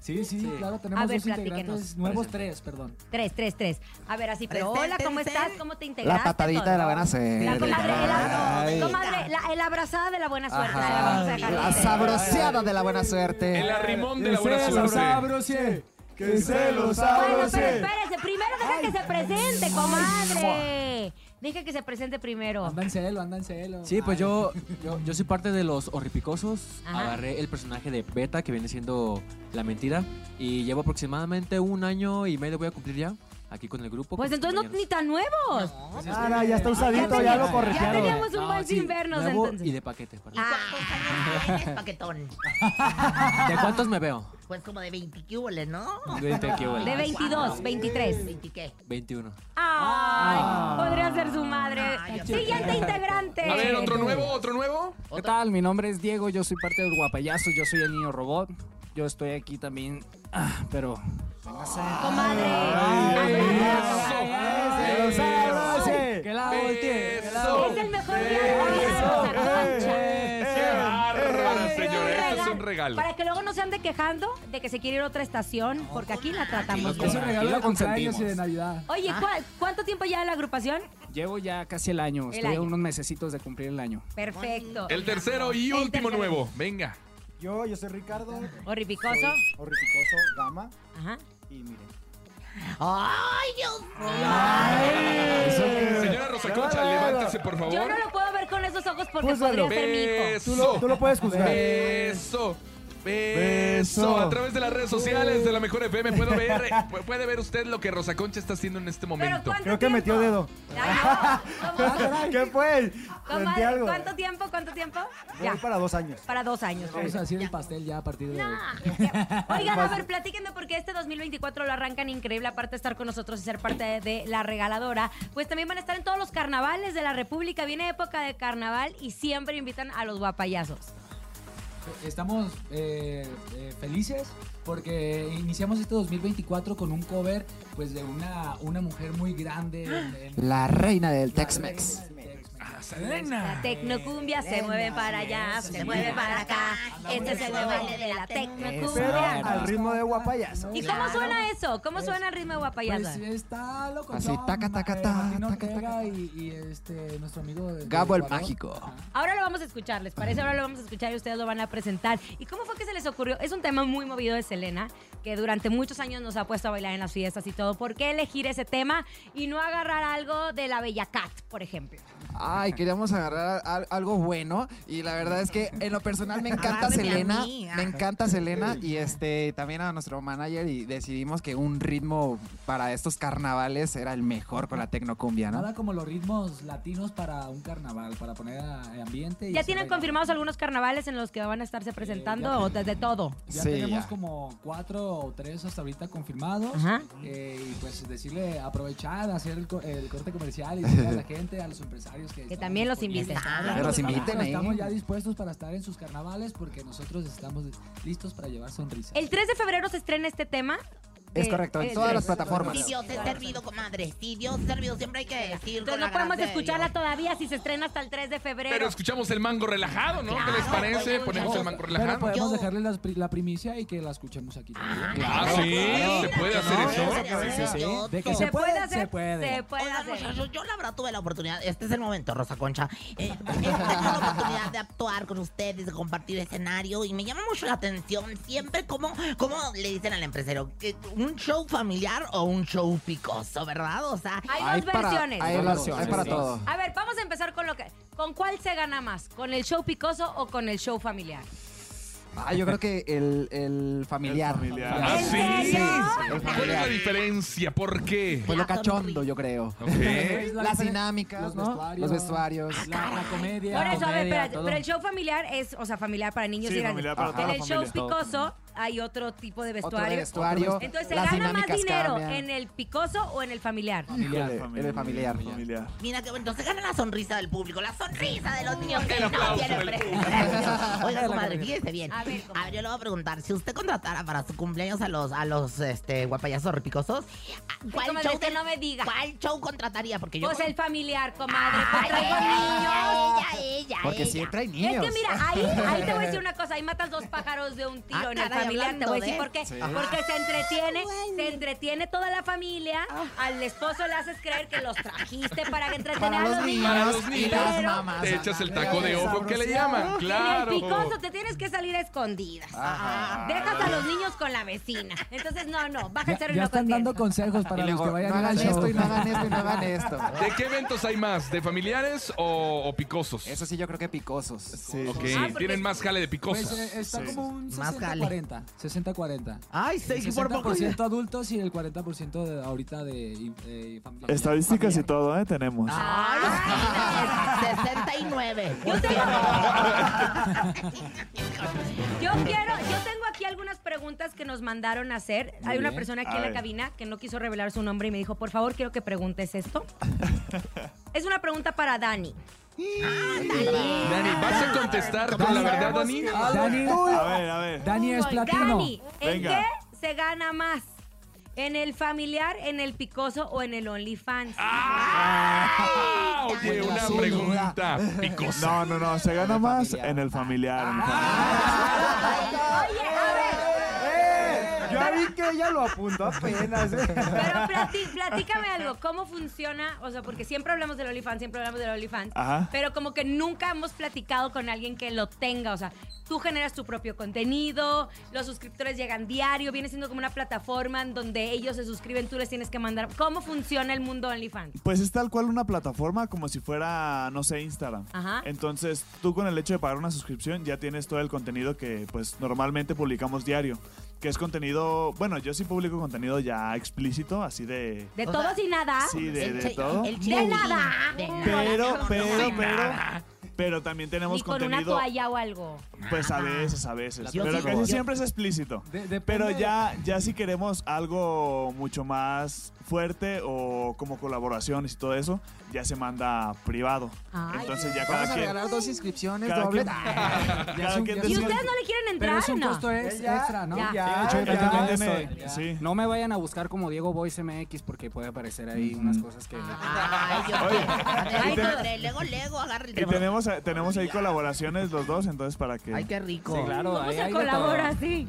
Sí, sí, claro, tenemos
A ver,
dos integrantes
platíquenos.
nuevos, tres, perdón.
Tres, tres, tres. A ver, así, pero hola, ¿cómo
Preséntense.
estás? ¿Cómo te integraste? Todo.
hacer.
La comadre, el, abra-
Ay.
comadre, la, el abrazada de la buena suerte.
Ajá.
la vamos a dejar
La
ahí.
sabroseada de la buena suerte.
El arrimón de la buena
se los
suerte.
abrocé, que se los
Bueno, pero
abrocé.
espérese, primero deja que se presente, comadre. Deja que se presente primero.
Anda en celo, anda en celo.
Sí, pues
Ay.
yo, yo, yo soy parte de los horripicosos.
Ajá.
Agarré el personaje de Beta, que viene siendo la mentira. Y llevo aproximadamente un año y medio, voy a cumplir ya, aquí con el grupo.
Pues
con mis
entonces no, ni
compañeros.
tan nuevos.
Pues es que-
Ahora ya está usadito,
Ya
ya
tenía-
lo
ya
corrigieron.
teníamos un buen sin vernos,
nuevo
entonces.
Y de paquete. para-
¿Y cuántos años
Ah.
tienes, paquetón?
¿De cuántos me veo?
Pues como de 20 cuboles, ¿no?
20, ¿qué huele?
Ah. (laughs) De 22, 23.
20 qué.
21.
Ay, podría ser su madre.
Ay, ya
Siguiente integrante.
A ver, otro nuevo, otro nuevo.
¿Qué tal? Mi nombre es Diego, yo soy parte del guapayazo, yo soy el niño robot. Yo estoy aquí también, ah, pero...
Comadre.
Eso.
Eso.
Eso.
Que la
Pues,
voltee, que la
Eso.
voltee.
Es el mejor día de la vida de Rosa Concha.
¡Qué bárbara, señora! Esto es un regalo.
Para que luego no se ande quejando de que se quiere ir a otra estación, porque aquí la tratamos
Es un
bien.
regalo
Aquí
de
la consentimos.
cumpleaños y de Navidad.
Ah.
Oye, ¿cuál- ¿cuánto tiempo ya en la agrupación?
Llevo ya casi el año, estoy
año.
a unos mesecitos de cumplir el año.
Perfecto.
El tercero y
El
último
tercero.
nuevo. Venga.
Yo, yo soy Ricardo,
Horripicoso.
horripicoso, gama,
Ajá.
y miren.
¡Ay, Dios mío!
Señora Rosa Concha, levántese, por favor. Pues,
Yo no lo puedo ver con esos ojos porque
Púsalo.
podría ser mi hijo.
Tú lo,
Beso.
tú lo puedes juzgar.
Beso. Beso.
Beso.
A través de las redes sociales de la Mejor FM puedo ver,
(laughs)
pu- puede ver usted lo que Rosa Concha está haciendo en este
¿Pero
momento.
cuánto
Creo que metió dedo.
tiempo?
(laughs)
Ay, no. ¿Cómo?
Ah, ¿Qué fue? Sentí
Comadre,
algo.
¿cuánto tiempo? ¿Cuánto tiempo?
Voy
Ya,
para dos años.
para dos años.
Vamos a hacer el pastel ya a partir de... hoy.
Oigan, a ver, platíquenme porque este 2024 lo arrancan increíble, aparte de estar con nosotros y ser parte de, de la regaladora, pues también van a estar en todos los carnavales de la República. Viene época de carnaval y siempre invitan a los guapayazos.
Estamos eh, eh, felices porque iniciamos este 2024 con un cover pues de una, una mujer muy grande. la reina del Tex-Mex.
Ah, Selena.
La tecnocumbia se mueve para allá, se mueve para acá. Este es el baile de la
Pero
tecnocumbia.
al ritmo de Pues, guapayas.
¿Y cómo suena eso? ¿Cómo suena el ritmo de guapayazo?
Pues
eh.
está loco. eh,
Así, taca, taca, ta, taca, taca.
Y, y, este, nuestro amigo... de- de
Gabo el
Ecuador.
mágico.
Ahora lo vamos a escuchar, ¿les parece? Ahora lo vamos a escuchar y ustedes lo van a presentar. ¿Y cómo fue que se les ocurrió? Es un tema muy movido de Selena, que durante muchos años nos ha puesto a bailar en las fiestas y todo. ¿Por qué elegir ese tema y no agarrar algo de la Bella Cat, por ejemplo?
ay, queríamos agarrar a- a- algo bueno y la verdad es
(laughs)
que en lo personal me encanta
Agárreme a
Selena,
mí,
me encanta Selena y este también a nuestro manager y decidimos que un ritmo para estos carnavales era el mejor con la tecnocumbia, ¿no?
Nada como los ritmos latinos para un carnaval, para poner a- ambiente. y
¿Ya
hacer
tienen
bailar.
confirmados algunos carnavales en los que van a estarse presentando o desde todo?
Ya tenemos como cuatro o tres hasta ahorita confirmados.
Ajá.
Eh, y pues decirle, aprovechar, hacer el, co- el corte
(laughs)
comercial y decirle a la gente, a los empresarios que...
Que
estamos
también los
disponibles.
inviten.
Claro,
Que los inviten,
claro,
¿eh?
Estamos ya dispuestos para estar en sus carnavales porque nosotros estamos listos para llevar sonrisas.
El 3 de febrero se estrena este tema.
Es
Eh,
correcto, en
eh,
todas
eh,
las plataformas.
Si Dios es servido, comadre. Si Dios es servido, siempre hay que decir.
Entonces no podemos escucharla todavía si se estrena hasta el 3 de febrero.
Pero escuchamos el mango relajado, ¿no? ¿Qué les parece? Ponemos el mango
Pero
relajado.
podemos dejarle las pri- la, primicia y que la escuchemos aquí. también.
Ah, sí, se puede hacer
Sí,
eso.
sí, sí. De que se puede, se puede.
Oigan, muchachos, yo la verdad tuve la oportunidad. Este es el momento, Rosa Concha. Eh, he tenido la oportunidad de actuar con ustedes, de compartir escenario. Y me llama mucho la atención siempre cómo, cómo le dicen al empresario que un show familiar o un show picoso, ¿verdad? O sea,
Hay, dos versiones.
hay versiones, hay para
sí.
todo.
A ver, vamos a empezar con lo que. ¿Con cuál se gana más? ¿Con el show picoso o con el show familiar?
Ah, yo creo que el, el familiar.
Ah, sí.
Sí, sí, el
¿Cuál es la
familiar.
diferencia? ¿Por qué?
Pues lo cachondo, yo creo.
Ok.
Las dinámicas,
Los
¿no?
vestuarios.
Los vestuarios.
La, la comedia.
Ah, Por eso, a ver,
comedia,
espérate,
todo.
pero el show familiar es, o sea, familiar para niños
Sí,
y grandes.
familiar para toda
en
la
el
familia.
show picoso hay otro tipo de vestuario.
vestuario,
Entonces, ¿se
las
gana más
dinámicas
dinero
cambian.
en el picoso o en el familiar?
Híjole, en el familiar. familiar.
Mira qué bueno, se gana la sonrisa del público, la sonrisa de los niños que
El
no
aplauso
tienen
del
(laughs) precio.
público.
Oiga, comadre, fíjese bien. A ver, yo le voy a preguntar, si usted contratara para su cumpleaños a los, a los este, guapayazos repicosos, ¿cuál
comadre,
show
es que no me diga.
¿Cuál show contrataría? Porque yo
Pues el familiar, comadre, pues
Ay,
traigo
ella,
niños.
ella, ella,
Porque
ella.
siempre hay
Es
niños.
que mira, ahí, ahí te voy a decir una cosa, ahí matas dos pájaros de un tiro
Ah,
en el
caray,
familiar, te
hablando
voy a decir
de-
por qué.
Sí.
Porque se entretiene, se entretiene toda la familia, al esposo le haces creer que los trajiste para entretener
Para
a
los
los niños.
niños
y
pero-
las mamás. Te echas el taco de ojo, ¿qué le llaman? Claro.
En el picoso te tienes que salir a escondidas. Ah,
Ajá.
Dejas a los niños con la vecina. Entonces, no, no, baja
Ya,
el cero y
ya
no
están
conviene.
dando consejos para los que vayan
no
a ir al
hagan
show.
esto y no hagan esto y no hagan esto.
¿De qué eventos hay más? ¿De familiares o, o picosos?
Eso sí, yo creo que picosos. Sí.
Ok,
Ah, porque-
tienen más jale de picosos.
Pues, eh, está como un
Más jale.
60-40. 60-40.
Ay,
El
seis
60%
por poco. ya.
adultos y el 40% de ahorita de eh, familia.
Estadísticas y todo, ¿eh? Tenemos.
Ah,
Ah. 69.
(laughs)
Yo quiero, yo tengo aquí algunas preguntas que nos mandaron a hacer.
Muy
Hay una
bien.
persona aquí
A
en la
ver.
cabina que no quiso revelar su nombre y me dijo, por favor, quiero que
(laughs)
preguntes esto. es una pregunta para Dani.
Dani, ¿vas a contestar con la verdad, Dani?
Dani,
a ver, a ver.
Dani es platino.
Oh Dani, ¿en
Venga.
qué se gana más? ¿En el familiar, en el picoso o en el OnlyFans?
Ah, oye, una pregunta picosa.
No, no, no. Se gana más en el familiar. en el familiar.
Oye,
Eh, Yo vi que ella lo apuntó apenas. (laughs)
Pero platí- platícame algo, ¿cómo funciona? O sea, porque siempre hablamos del OnlyFans, siempre hablamos del OnlyFans,
Ajá.
pero como que nunca hemos platicado con alguien que lo tenga. O sea, tú generas tu propio contenido, los suscriptores llegan diario, viene siendo como una plataforma en donde ellos se suscriben, tú les tienes que mandar. ¿Cómo funciona el mundo OnlyFans?
Pues es tal cual una plataforma como si fuera, no sé, Instagram.
Ajá.
Entonces, tú con el hecho de pagar una suscripción ya tienes todo el contenido que pues normalmente publicamos diario, que es contenido, bueno, yo sí publico contenido ya explícito, así de
¿De todos y nada?
Sí, de,
El
de
chi-
todo.
el De nada. De nada.
Pero,
No,
pero,
no,
pero,
nada.
pero también tenemos
Ni con una
contenido
toalla o algo.
pues a veces, a veces.
Yo
pero
sí,
casi
yo-
siempre es explícito. pero ya, ya si queremos algo mucho más fuerte o como colaboraciones y todo eso, ya se manda privado.
Ay,
Entonces ya
Vamos
cada
a
quien.
regalar dos inscripciones
cada
doble.
quien-
Ah,
cada quien
¿Y
decide-
ustedes no le quieren entrar?
Pero es un
no?
costo ex- extra, ¿no?
Ya.
yo ya. también tiene-
No me vayan a buscar como Diego Boyce MX porque puede aparecer ahí unas cosas que...
Ah.
Ay, comadre, luego, luego, agarra el
Y
teléfono.
tenemos, eh, tenemos ahí colaboraciones los dos, entonces para que.
Ay, qué rico.
Sí, claro,
¿Cómo se colabora así?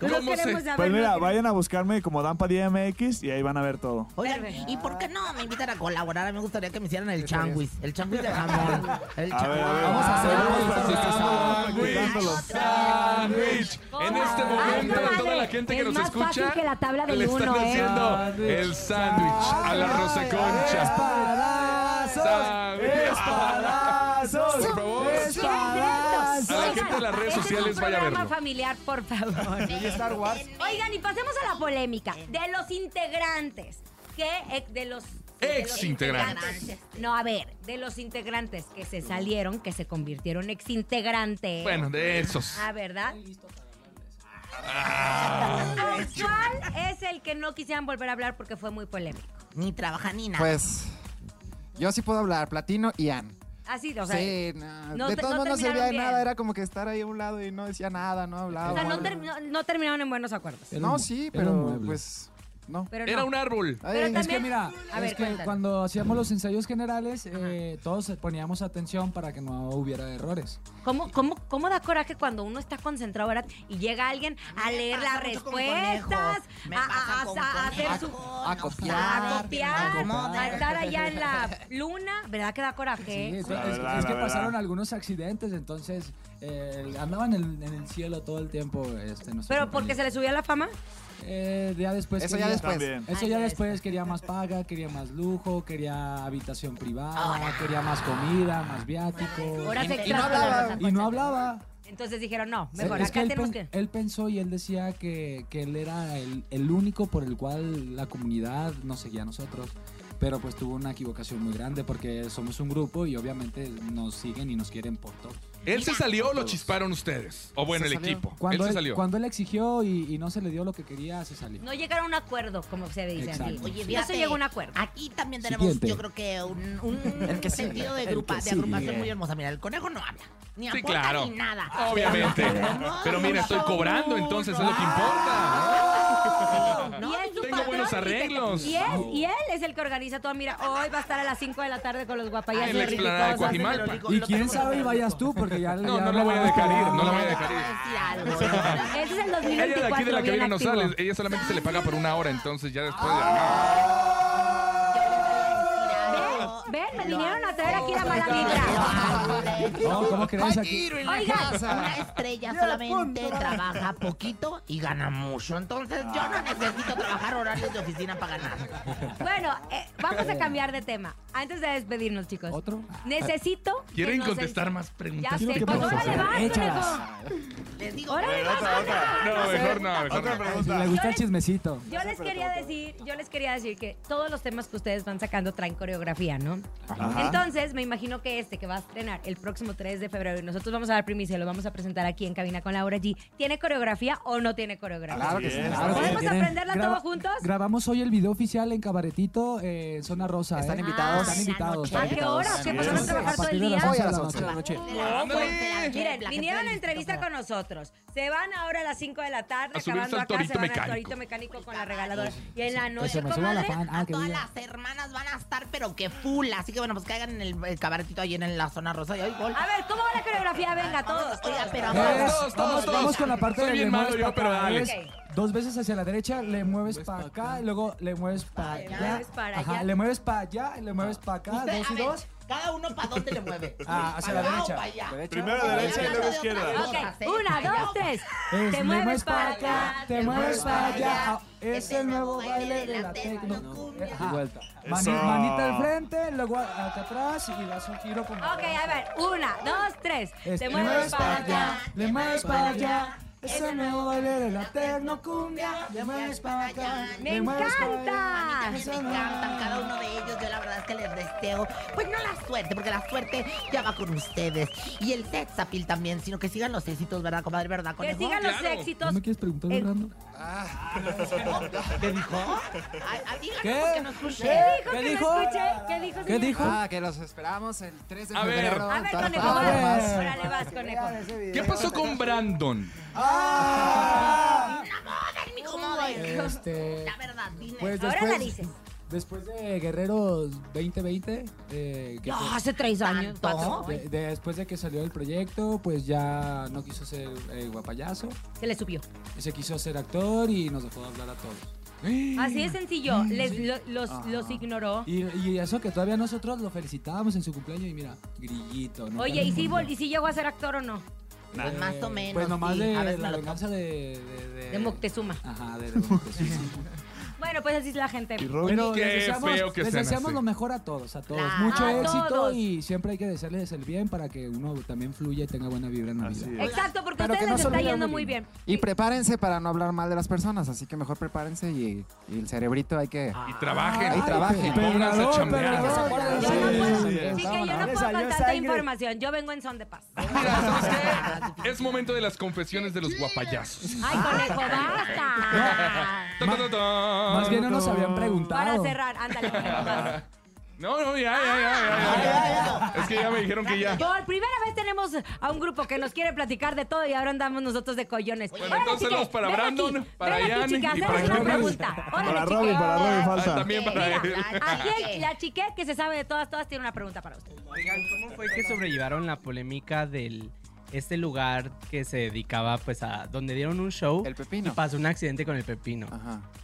No
¿Cómo se-
queremos saber.
Pues
no
mira,
queremos-
vayan a buscarme como Dampa DMX y ahí van a ver todo.
Oigan, ¿y por qué no me invitan a colaborar? A mí me gustaría que me hicieran el changuis. El changuis de jamón.
(laughs)
El
A ver, a ver.
Vamos a hacer
Vamos a
Sándwich, sándwich. En este momento,
comadre,
a toda la gente que
es
nos
más
escucha,
fácil que la tabla del
le
uno, ¿eh?
están haciendo el sándwich a la Rosa Concha. Sándwich.
Espadazos.
Por favor.
Espadazos.
A la gente de las redes
Este
sociales
es un
vaya a
programa
verlo.
familiar, por favor.
Y Star Wars.
Oigan, y pasemos a la polémica de los integrantes. ¿Qué ex- de los de
Ex
los
integrantes.
No, a ver, de los integrantes que se salieron, que se convirtieron ex integrantes.
Bueno, de esos.
Ah, ¿verdad?
Ah.
¿Cuál es el que no quisieran volver a hablar porque fue muy polémico?
Ni trabaja ni
Pues yo sí puedo hablar, Platino y Ann.
Así, o sea, eh,
sí, no,
no
de
te-
todos
no
modos no servía de
terminaron
nada,
bien.
era como que estar ahí a un lado y no decía nada, no hablaba.
o
Ah,
sea, no, termi- no terminaron en buenos acuerdos.
No, sí, pero pues no.
Pero Era no. un
árbol.
Pero
es que
también-
mira,
a ver,
es que
cuéntalo.
cuando hacíamos los ensayos generales, eh, todos poníamos atención para que no hubiera errores.
¿Cómo, cómo, ¿Cómo da coraje cuando uno está concentrado ¿verdad? y llega alguien a leer
pasa
las
mucho con
respuestas,
conejos. Me
a,
pasa
a-
con
a- a hacer su...
A copiar.
A copiar,
acomoda.
a estar allá en la luna, ¿verdad que da
Sí,
coraje?
es, es-
verdad,
es que
la
pasaron
verdad.
algunos accidentes, entonces eh, andaban en, en el cielo todo el tiempo. Este, nuestro
Pero porque se
compañero.
le subía la fama.
Eh, ya después.
Eso ya
quería-
después. También.
Eso ya después quería más paga, quería más lujo, quería habitación privada, quería más comida, más viáticos.
Horas
Y-
extras
y no
para la
hablaba.
Rosa
Y no hablaba.
Entonces dijeron, no, mejor,
Es que
acá
él,
tenemos
pen-
que...
él pensó y él decía que, que él era el, el único por el cual la comunidad nos seguía a nosotros. Pero pues tuvo una equivocación muy grande porque somos un grupo y obviamente nos siguen y nos quieren por todos.
Él se salió o lo chisparon ustedes. O bueno,
Se
el
salió.
equipo.
Cuando
Él
él,
se salió.
Cuando él exigió y, y no se le dio lo que quería, se salió.
No llegaron a un acuerdo, como se dice aquí.
Exacto. Oye,
no se
fíjate,
llegó a un acuerdo.
Aquí también tenemos,
Siguiente.
yo creo que un, un
(laughs) El que sigue,
sentido de,
el
grupa,
que
de agrupación
sigue.
muy hermosa. Mira, el conejo no habla, ni
Sí,
aporta
claro.
ni nada.
(laughs)
Obviamente.
(laughs)
Pero mira, estoy cobrando, entonces es lo que importa.
Y él, su
Tengo
patrón,
buenos
y te-
arreglos.
Y él, y él es el que organiza todo. Mira, hoy va a estar a las 5 de la tarde con los guapayas.
En la explanada de Coajimalpa.
Y quién sabe y vayas tú porque
(laughs)
ya
No,
ya
no la voy a
hablaba.
dejar ir, no la voy a dejar ir.
Ese es el 2024.
Ella de aquí de la
bien
cabina no
activo. Ah,
sale, ella solamente se le paga por una hora, entonces ya después.
Ven, me vinieron a traer aquí la mala vibra.
No, ¿cómo crees aquí?
Oigan, una estrella solamente trabaja poquito y gana mucho. Entonces yo no necesito trabajar horarios de oficina para ganar.
Bueno, eh, vamos a cambiar de tema. Antes de despedirnos, chicos.
¿Otro?
Necesito. que
¿Quieren
nos
contestar
ense-
más
Ya
preguntas?
sé, pues órale, vas, conejo.
Les digo,
Órale, vas, vas,
No,
vas.
mejor no, mejor
Otra
no.
pregunta.
Le gusta el chismecito.
Yo les quería decir, yo les quería decir que todos los temas que ustedes van sacando traen coreografía, ¿no?
Ajá.
Entonces, me imagino que este que va a estrenar el próximo 3 de febrero y nosotros vamos a dar primicia, lo vamos a presentar aquí en Cabina con Laura G. ¿Tiene coreografía o no tiene coreografía?
Claro que sí.
Bien.
claro que sí.
¿Podemos
tiene.
aprenderla
Graba-
todos juntos?
Grabamos hoy el video oficial en Cabaretito, eh, en Zona Rosa.
Están
¿eh?
invitados.
Están invitados.
Ah, ¿A qué hora? ¿Qué
Bien.
pasaron a trabajar todo el
partir de las
día?
Hoy a las
11
11
de
de
la
la noche.
Miren, vinieron a entrevista con nosotros. Se van ahora a las 5 de la tarde,
A subirse
acabando
al
acá, se
torito
van al
mecánico.
torito mecánico con la regaladora. Y en la
Que se
noche,
me suba la
comadre,
fan. Ah,
A
que
todas
diga.
las hermanas van a estar, pero que full. Así que bueno, pues caigan en el, el cabaretito ahí en la zona rosa. Y hoy gol.
A ver, ¿cómo va la coreografía? Venga, todos.
Oiga, pero
Es-
vamos.
todos,
vamos,
todos.
vamos con la parte
Soy
de
bien
le
malo
mueves
yo,
pa'
pero
acá,
dale.
es Dos veces hacia la derecha, le mueves para acá, y luego le mueves para
Le
allá.
mueves para
Ajá,
allá.
le mueves para allá, y le mueves para acá,
Usted,
dos
a
y
ver,
dos.
Cada uno para dónde le mueve.
Ah, hacia la
¿Para acá o
derecha.
para allá?
Primero derecha y luego izquierda.
Ok, una, dos, tres.
Es,
Te
me
mueves para
pa'
acá,
te mueves para allá. Ah, Es el nuevo baile de la tecno. Ajá.
Vuelta.
Mani-
Eso.
manita al frente, luego a- hacia atrás y das un giro como.
Ok, a ver, una, dos, tres.
Es-
Te mueves para allá.
le mueves para allá. Es el nuevo baile de la tecnocumbia. Le mueves para acá.
¡Me
le mueves para allá.
encanta!
Me encantan cada uno de ellos. Yo la verdad es que les deseo, pues no la suerte, porque la suerte ya va con ustedes. Y el sex appeal también, sino que sigan los éxitos, ¿verdad, comadre? ¿Verdad,
Que
conejo?
sigan los
Claro.
éxitos.
quieres preguntar,
Eh,
Fernando?
¿Qué dijo? Ay, ay, Ah, díganos
¿Qué?
porque no escuché.
¿Qué
¿Qué dijo que
dijo?
no escuché? ¿Qué dijo?
¿Qué
señor?
dijo?
Ah, que los esperamos el 3 de
A ver.
febrero.
A
en
ver,
todas
conejo,
Ah,
partes.
vas.
bueno.
Órale, vas, conejo.
¿Qué pasó con Brandon?
Ah.
Ay, mi comadre.
Este.
La verdad, dime.
Pues
Ahora
después,
la dices.
Después de Guerreros 2020, eh, que
No,
fue-
hace tres años.
¿Tanto?
cuatro.
de- de- después de que salió el proyecto, pues ya no quiso ser eh, guapayazo,
Se le subió.
se quiso ser actor y nos dejó de hablar a todos.
Así de sencillo. Les, lo- los, los ignoró.
Y, y eso que todavía nosotros lo felicitábamos en su cumpleaños y mira, grillito. ¿no?
Oye, ¿y si, vol- ¿y si llegó a ser actor o no?
Pues más o menos.
Pues nomás
sí.
de
a veces me
la
lo
Eh. venganza de, de, de-
De Moctezuma.
Ajá, de, de Moctezuma.
Bueno, pues así es la gente.
Pero les deseamos, les deseamos lo mejor a todos, a todos.
Claro.
Mucho
A
éxito
todos.
y siempre hay que desearles el bien para que uno también fluya y tenga buena vibra en la vida.
Exacto, porque a
Pero que
ustedes
no
les
se
está
olviden
yendo
de
muy
mí.
bien.
Y prepárense para no hablar mal de las personas, así que mejor prepárense y, y el cerebrito hay que... Y
trabajen.
Y trabajen.
Ay, Pónganse a
Perdón,
chambear.
perdón.
Yo
Sí,
no puedo,
sí,
sí, que yo no puedo con tanta información. Yo vengo en son de paz.
Es momento de las confesiones de los guapayazos.
Ay, conejo, basta.
Ah,
Más bien no nos habían
Para
preguntado.
cerrar, ándale, conejo, vas.
No, no, ya, ya,
Ah,
ya, ya, ya. Es que ya me dijeron que ya. Ah,
Por primera vez tenemos a un grupo que nos quiere platicar de todo y ahora andamos nosotros de collones.
Bueno,
Órale,
entonces
chique,
los para
ven
Brandon,
aquí,
para
ven aquí,
Ian
chica,
y
hacemos
para
una
Chris.
pregunta. Órale,
Para
chica.
Robin, para Robin,
Ah,
falsa.
también para
Mira,
él.
Aquí la chique que se sabe de todas, todas tiene una pregunta para usted.
Oigan, ¿cómo fue que sobrellevaron la polémica del este lugar que se dedicaba pues a donde dieron un show el pepino y pasó un accidente con el pepino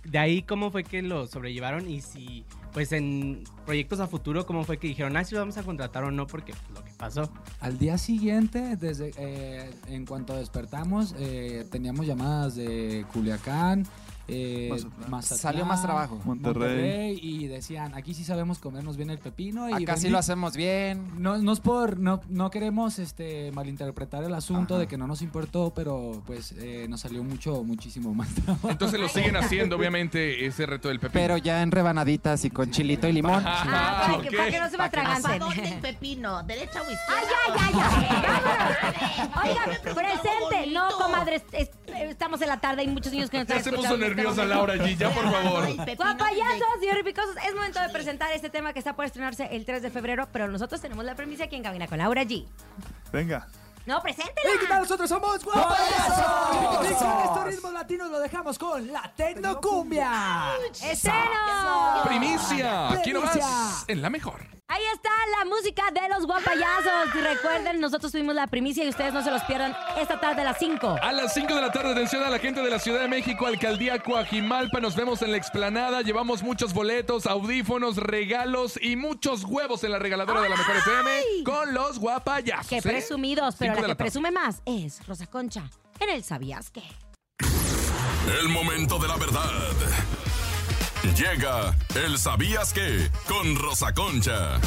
de ahí cómo fue que lo sobrellevaron y si pues en proyectos a futuro cómo fue que dijeron ah si lo vamos a contratar o no porque pues, lo que pasó
Al día siguiente, desde eh, en cuanto despertamos, eh, teníamos llamadas de Culiacán, eh,
Mazatlán.
Mazatlán,
Salió más trabajo.
Monterrey. y decían, aquí sí sabemos comernos bien el pepino. Y
Acá sí
vendi-
lo hacemos bien.
No, no es por, no, no queremos este, malinterpretar el asunto de que no nos importó, pero pues eh, nos salió mucho, muchísimo más trabajo.
Entonces lo siguen haciendo, obviamente, ese reto del
(laughs)
Pepín.
Pero ya en rebanaditas y con chilito y limón.
Ah,
Sí.
para que- para que no se me
Para que no
atraganten.
¿Para dónde el pepino? ¿Derecha o
(laughs) Ay,
izquierda?
ay, ay, ay. Vámonos. Oiga, presente. No, comadre, es- es- estamos en la tarde, hay muchos niños que no
Ya
están
se puso
escuchando en este
nerviosa
momento.
Laura G, ya por favor.
Guapayazos y ripicosos, es momento de presentar este tema que está por estrenarse el 3 de febrero, pero nosotros tenemos la premisa aquí en Cabina con Laura G.
Venga.
No, preséntela.
¿Qué tal? Nosotros somos
¡Guapayazos!
guapayazos. Con estos ritmos latinos lo dejamos con la tecnocumbia.
¡Estreno!
Primicia, aquí nomás,
Primicia.
en la mejor.
Ahí está la música de los guapayazos. Y recuerden, nosotros tuvimos la primicia y ustedes no se los pierdan esta tarde a las 5.
A las 5 de la tarde, atención a la gente de la Ciudad de México, Alcaldía Coajimalpa. Nos vemos en la explanada. Llevamos muchos boletos, audífonos, regalos y muchos huevos en la regaladora de la Mejor FM con los ¿eh? guapayas.
Que presumidos, pero la
Cinco de
que
la tarde.
presume más es Rosa Concha en el Sabías qué.
El momento de la verdad. Llega el sabías que con Rosa Concha.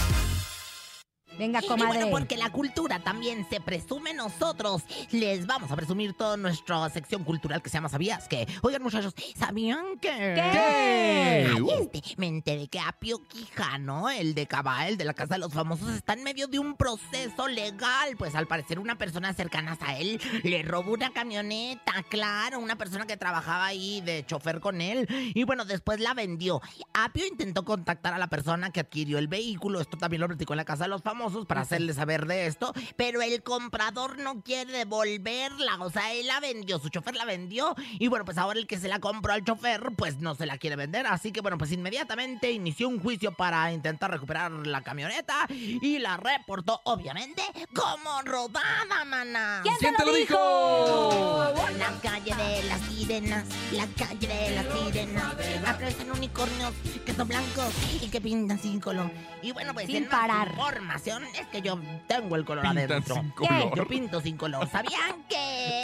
Venga,
Y
comadre.
bueno, porque la cultura también se presume nosotros. Les vamos a presumir toda nuestra sección cultural que se llama ¿Sabías que? Oigan, muchachos, ¿sabían que?
¿Qué?
Ay,
Uh.
este, me enteré que Apio Quijano, el de Cabal, de la Casa de los Famosos, está en medio de un proceso legal. Pues al parecer una persona cercana a él le robó una camioneta, claro, una persona que trabajaba ahí de chofer con él. Y bueno, después la vendió. Apio intentó contactar a la persona que adquirió el vehículo. Esto también lo platicó en la Casa de los Famosos para hacerle saber de esto. Pero el comprador no quiere devolverla. O sea, él la vendió, su chofer la vendió. Y bueno, pues ahora el que se la compró al chofer, pues no se la quiere vender. Así que bueno, pues inmediatamente inició un juicio para intentar recuperar la camioneta. Y la reportó, obviamente, como robada, maná.
¿Quién ¿Quién te lo te lo dijo? dijo?
La calle de las sirenas, la calle de las sirenas. Aparecen unicornios que son blancos y que pintan sin color. Y bueno, pues
Sin
en más
parar.
información es que yo tengo el color
Pintan
adentro.
sin ¿Qué? color.
Yo pinto sin color. ¿Sabían que?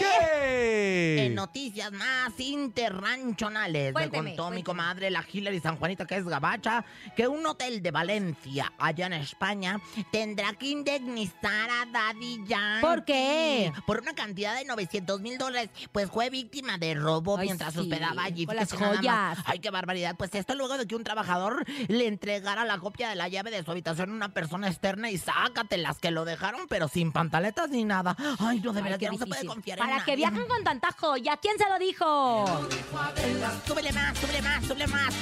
En
¿Qué?
noticias más interranchonales,
Cuénteme,
me contó mi
cuénteme.
comadre, la Hillary San Juanita, que es gabacha, que un hotel de Valencia, allá en España, tendrá que indemnizar a Daddy Yankee.
¿Por qué?
Por una cantidad de 900 mil dólares, pues fue víctima de robo
Ay,
mientras
sí,
hospedaba allí.
con las
Fíjese nada más.
joyas.
Ay, qué barbaridad. Pues esto luego de que un trabajador le entregara la copia de la llave de su habitación a una persona externa y sácate las que lo dejaron, pero sin pantaletas ni nada. Ay, no, de
Ay,
verdad,
qué
ya no se puede
difícil.
confiar en
Para que
nadie.
viajen con tanta joya. ¿Quién se lo dijo?
Súbele más, súbele más, súbele más.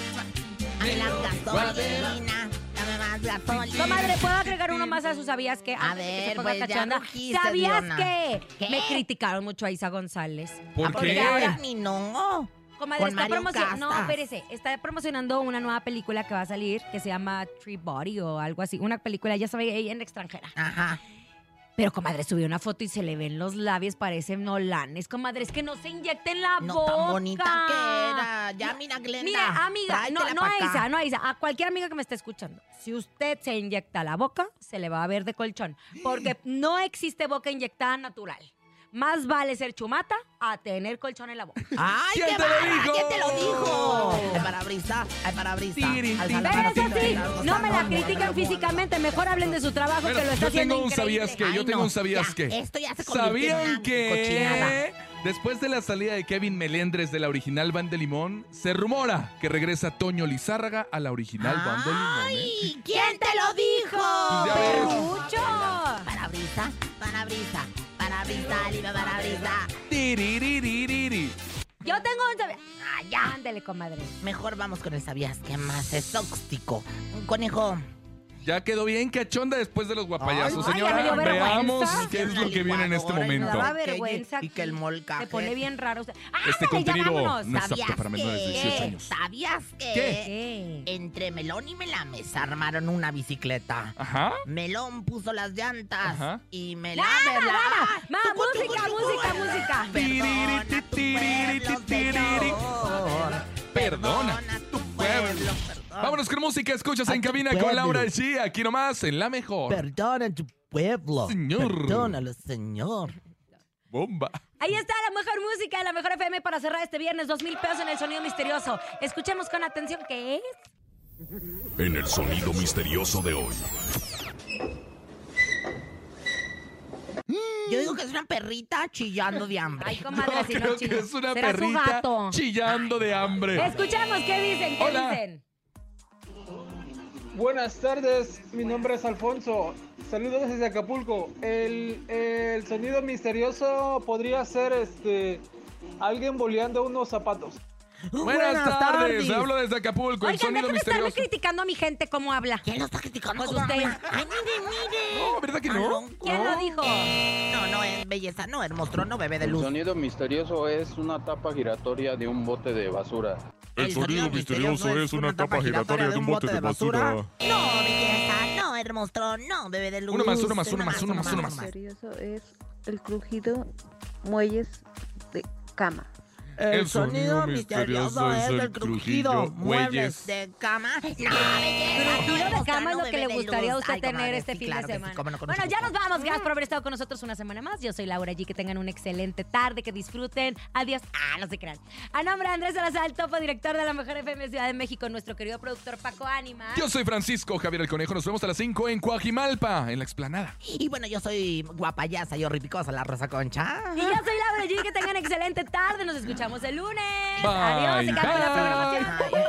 Dame la gasolina, dame más gasolina.
Comadre, ¿puedo agregar uno más a sus sabías que?
A
Antes de que se
ver,
ponga
pues, ya
cachonda.
rugiste,
¿Sabías
Diona.
que?
¿Qué?
Me criticaron mucho a Isa González.
¿Por
¿Por
qué?
qué ahora ni no?
Comadre,
Con
está
Mario
promocionando. No,
Casas.
espérese. Está promocionando una nueva película que va a salir que se llama Tree Body o algo así. Una película, ya sabe, ella en extranjera.
Ajá.
Pero, comadre, subió una foto y se le ven los labios, parecen nolanes. Comadre, es que no se inyecten la
No
boca.
tan bonita que era. Ya, mira, Glenda.
Mira, amiga, no,
tráetela
no
pa'
a
acá.
Isa, no a Isa, a cualquier amiga que me esté escuchando. Si usted se inyecta la boca, se le va a ver de colchón. Porque no existe boca inyectada natural. Más vale ser chumata a tener colchón en la
(laughs)
boca.
¡Ay,
¿Quién
qué
te lo
bárbara!
dijo?
¿Quién te lo dijo? Al parabrisa, al parabrisa. al
Pero eso sí, no me la critiquen físicamente. Mejor hablen de su trabajo
Bueno,
que lo está
yo
haciendo
tengo un
increíble.
sabías que, yo
Ay,
tengo
no,
un sabías
ya,
que.
Esto ya se convirtió en
¿Sabían
una
que
cochinada.
después de la salida de Kevin Melendres de la original Van de Limón, se rumora que regresa Toño Lizárraga a la original Van de Limón? ¿eh?
¿Y quién te lo dijo?
Ya ves.
¡Mucho!
Parabrisa, parabrisa, parabrisa, libre parabrisa.
eh? Tiriririri.
Yo tengo un sabías. Ah, ya. Ándele, comadre.
Mejor vamos con el sabías que más es tóxico. Un conejo.
Ya quedó bien cachonda después de los guapayazos,
Ay, ay,
señora.
ya me dio
Veamos
vergüenza.
qué es lo que viene en este
Me
momento.
Da vergüenza.
Y que el molcaje.
Se pone bien raro. usted.
Este
Ándale, ya
contenido
vámonos.
no es apto
¿Sabías
para menores de
que?
18 años.
¿Sabías que? Entre Melón y Melames armaron una bicicleta.
Ajá.
Melón puso las llantas
Ajá.
y
Lama,
Melames la...
lama. Ma, música, música, música.
Perdona tu pueblo, Señor.
Perdona tu pueblo. Vámonos con música, escuchas en cabina con Laura G, aquí nomás, en la mejor.
Perdona tu pueblo.
Señor.
Perdónalo, señor.
Bomba.
Ahí está la mejor música de la mejor FM para cerrar este viernes. Dos mil pesos en el sonido misterioso. Escuchemos con atención qué es.
En el sonido misterioso de hoy.
Yo digo que es una perrita chillando de hambre.
Ay,
(laughs)
comadre, si no
Creo que
chilla.
es una
Será su
perrita
gato.
chillando de hambre.
Escuchamos qué dicen, qué
Hola.
dicen.
Buenas tardes, mi nombre es Alfonso. Saludos desde Acapulco. El, el sonido misterioso podría ser este alguien boleando unos zapatos.
Buenas, tardes. hablo desde Acapulco, el
Oigan,
sonido
déjenme estarme
misterioso.
criticando a mi gente cómo habla.
¿Quién lo está criticando?
Pues usted.
No, Oh, ¿verdad que no?
¿Quién lo dijo?
No, no, es belleza, no, hermoso, no, bebé de luz.
sonido misterioso es una tapa giratoria de un bote de basura.
El sonido misterioso es una tapa giratoria de un bote de basura. No, belleza, no, hermoso, no, bebé de luz.
Uno más, uno más, uno más, uno más, uno más.
misterioso es el crujido muelles de cama.
El sonido misterioso es el crujido,
muelles.
muebles de cama. No,
Crujido de cama es lo que le gustaría a usted
Ay,
tener
comadre,
este
sí,
fin
claro
de
que sí,
semana.
cómo no, con
bueno,
mucho
ya nos vamos. Gracias por haber estado con nosotros una semana más. Yo soy Laura G. Que tengan una excelente tarde, que disfruten. Adiós. Ah, no se crean. A nombre de Andrés Salazar, topo director de la Mejor FM Ciudad de México, nuestro querido productor Paco Ánima.
Yo soy Francisco Javier el Conejo. Nos vemos a las 5 en Coajimalpa, en la explanada.
Y bueno, yo soy guapayasa, yo ripicosa, la rosa concha.
Y yo soy Laura G. Que tengan excelente tarde. Nos escuchamos el lunes.
Bye,
Adiós. Se cambia la
bye.
programación.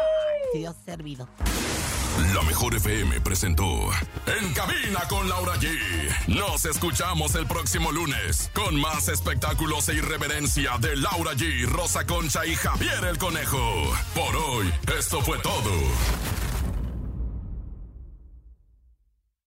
Si Dios servido.
La mejor FM presentó En cabina con Laura G. Nos escuchamos el próximo lunes con más espectáculos e irreverencia de Laura G, Rosa Concha y Javier el Conejo. Por hoy, esto fue todo.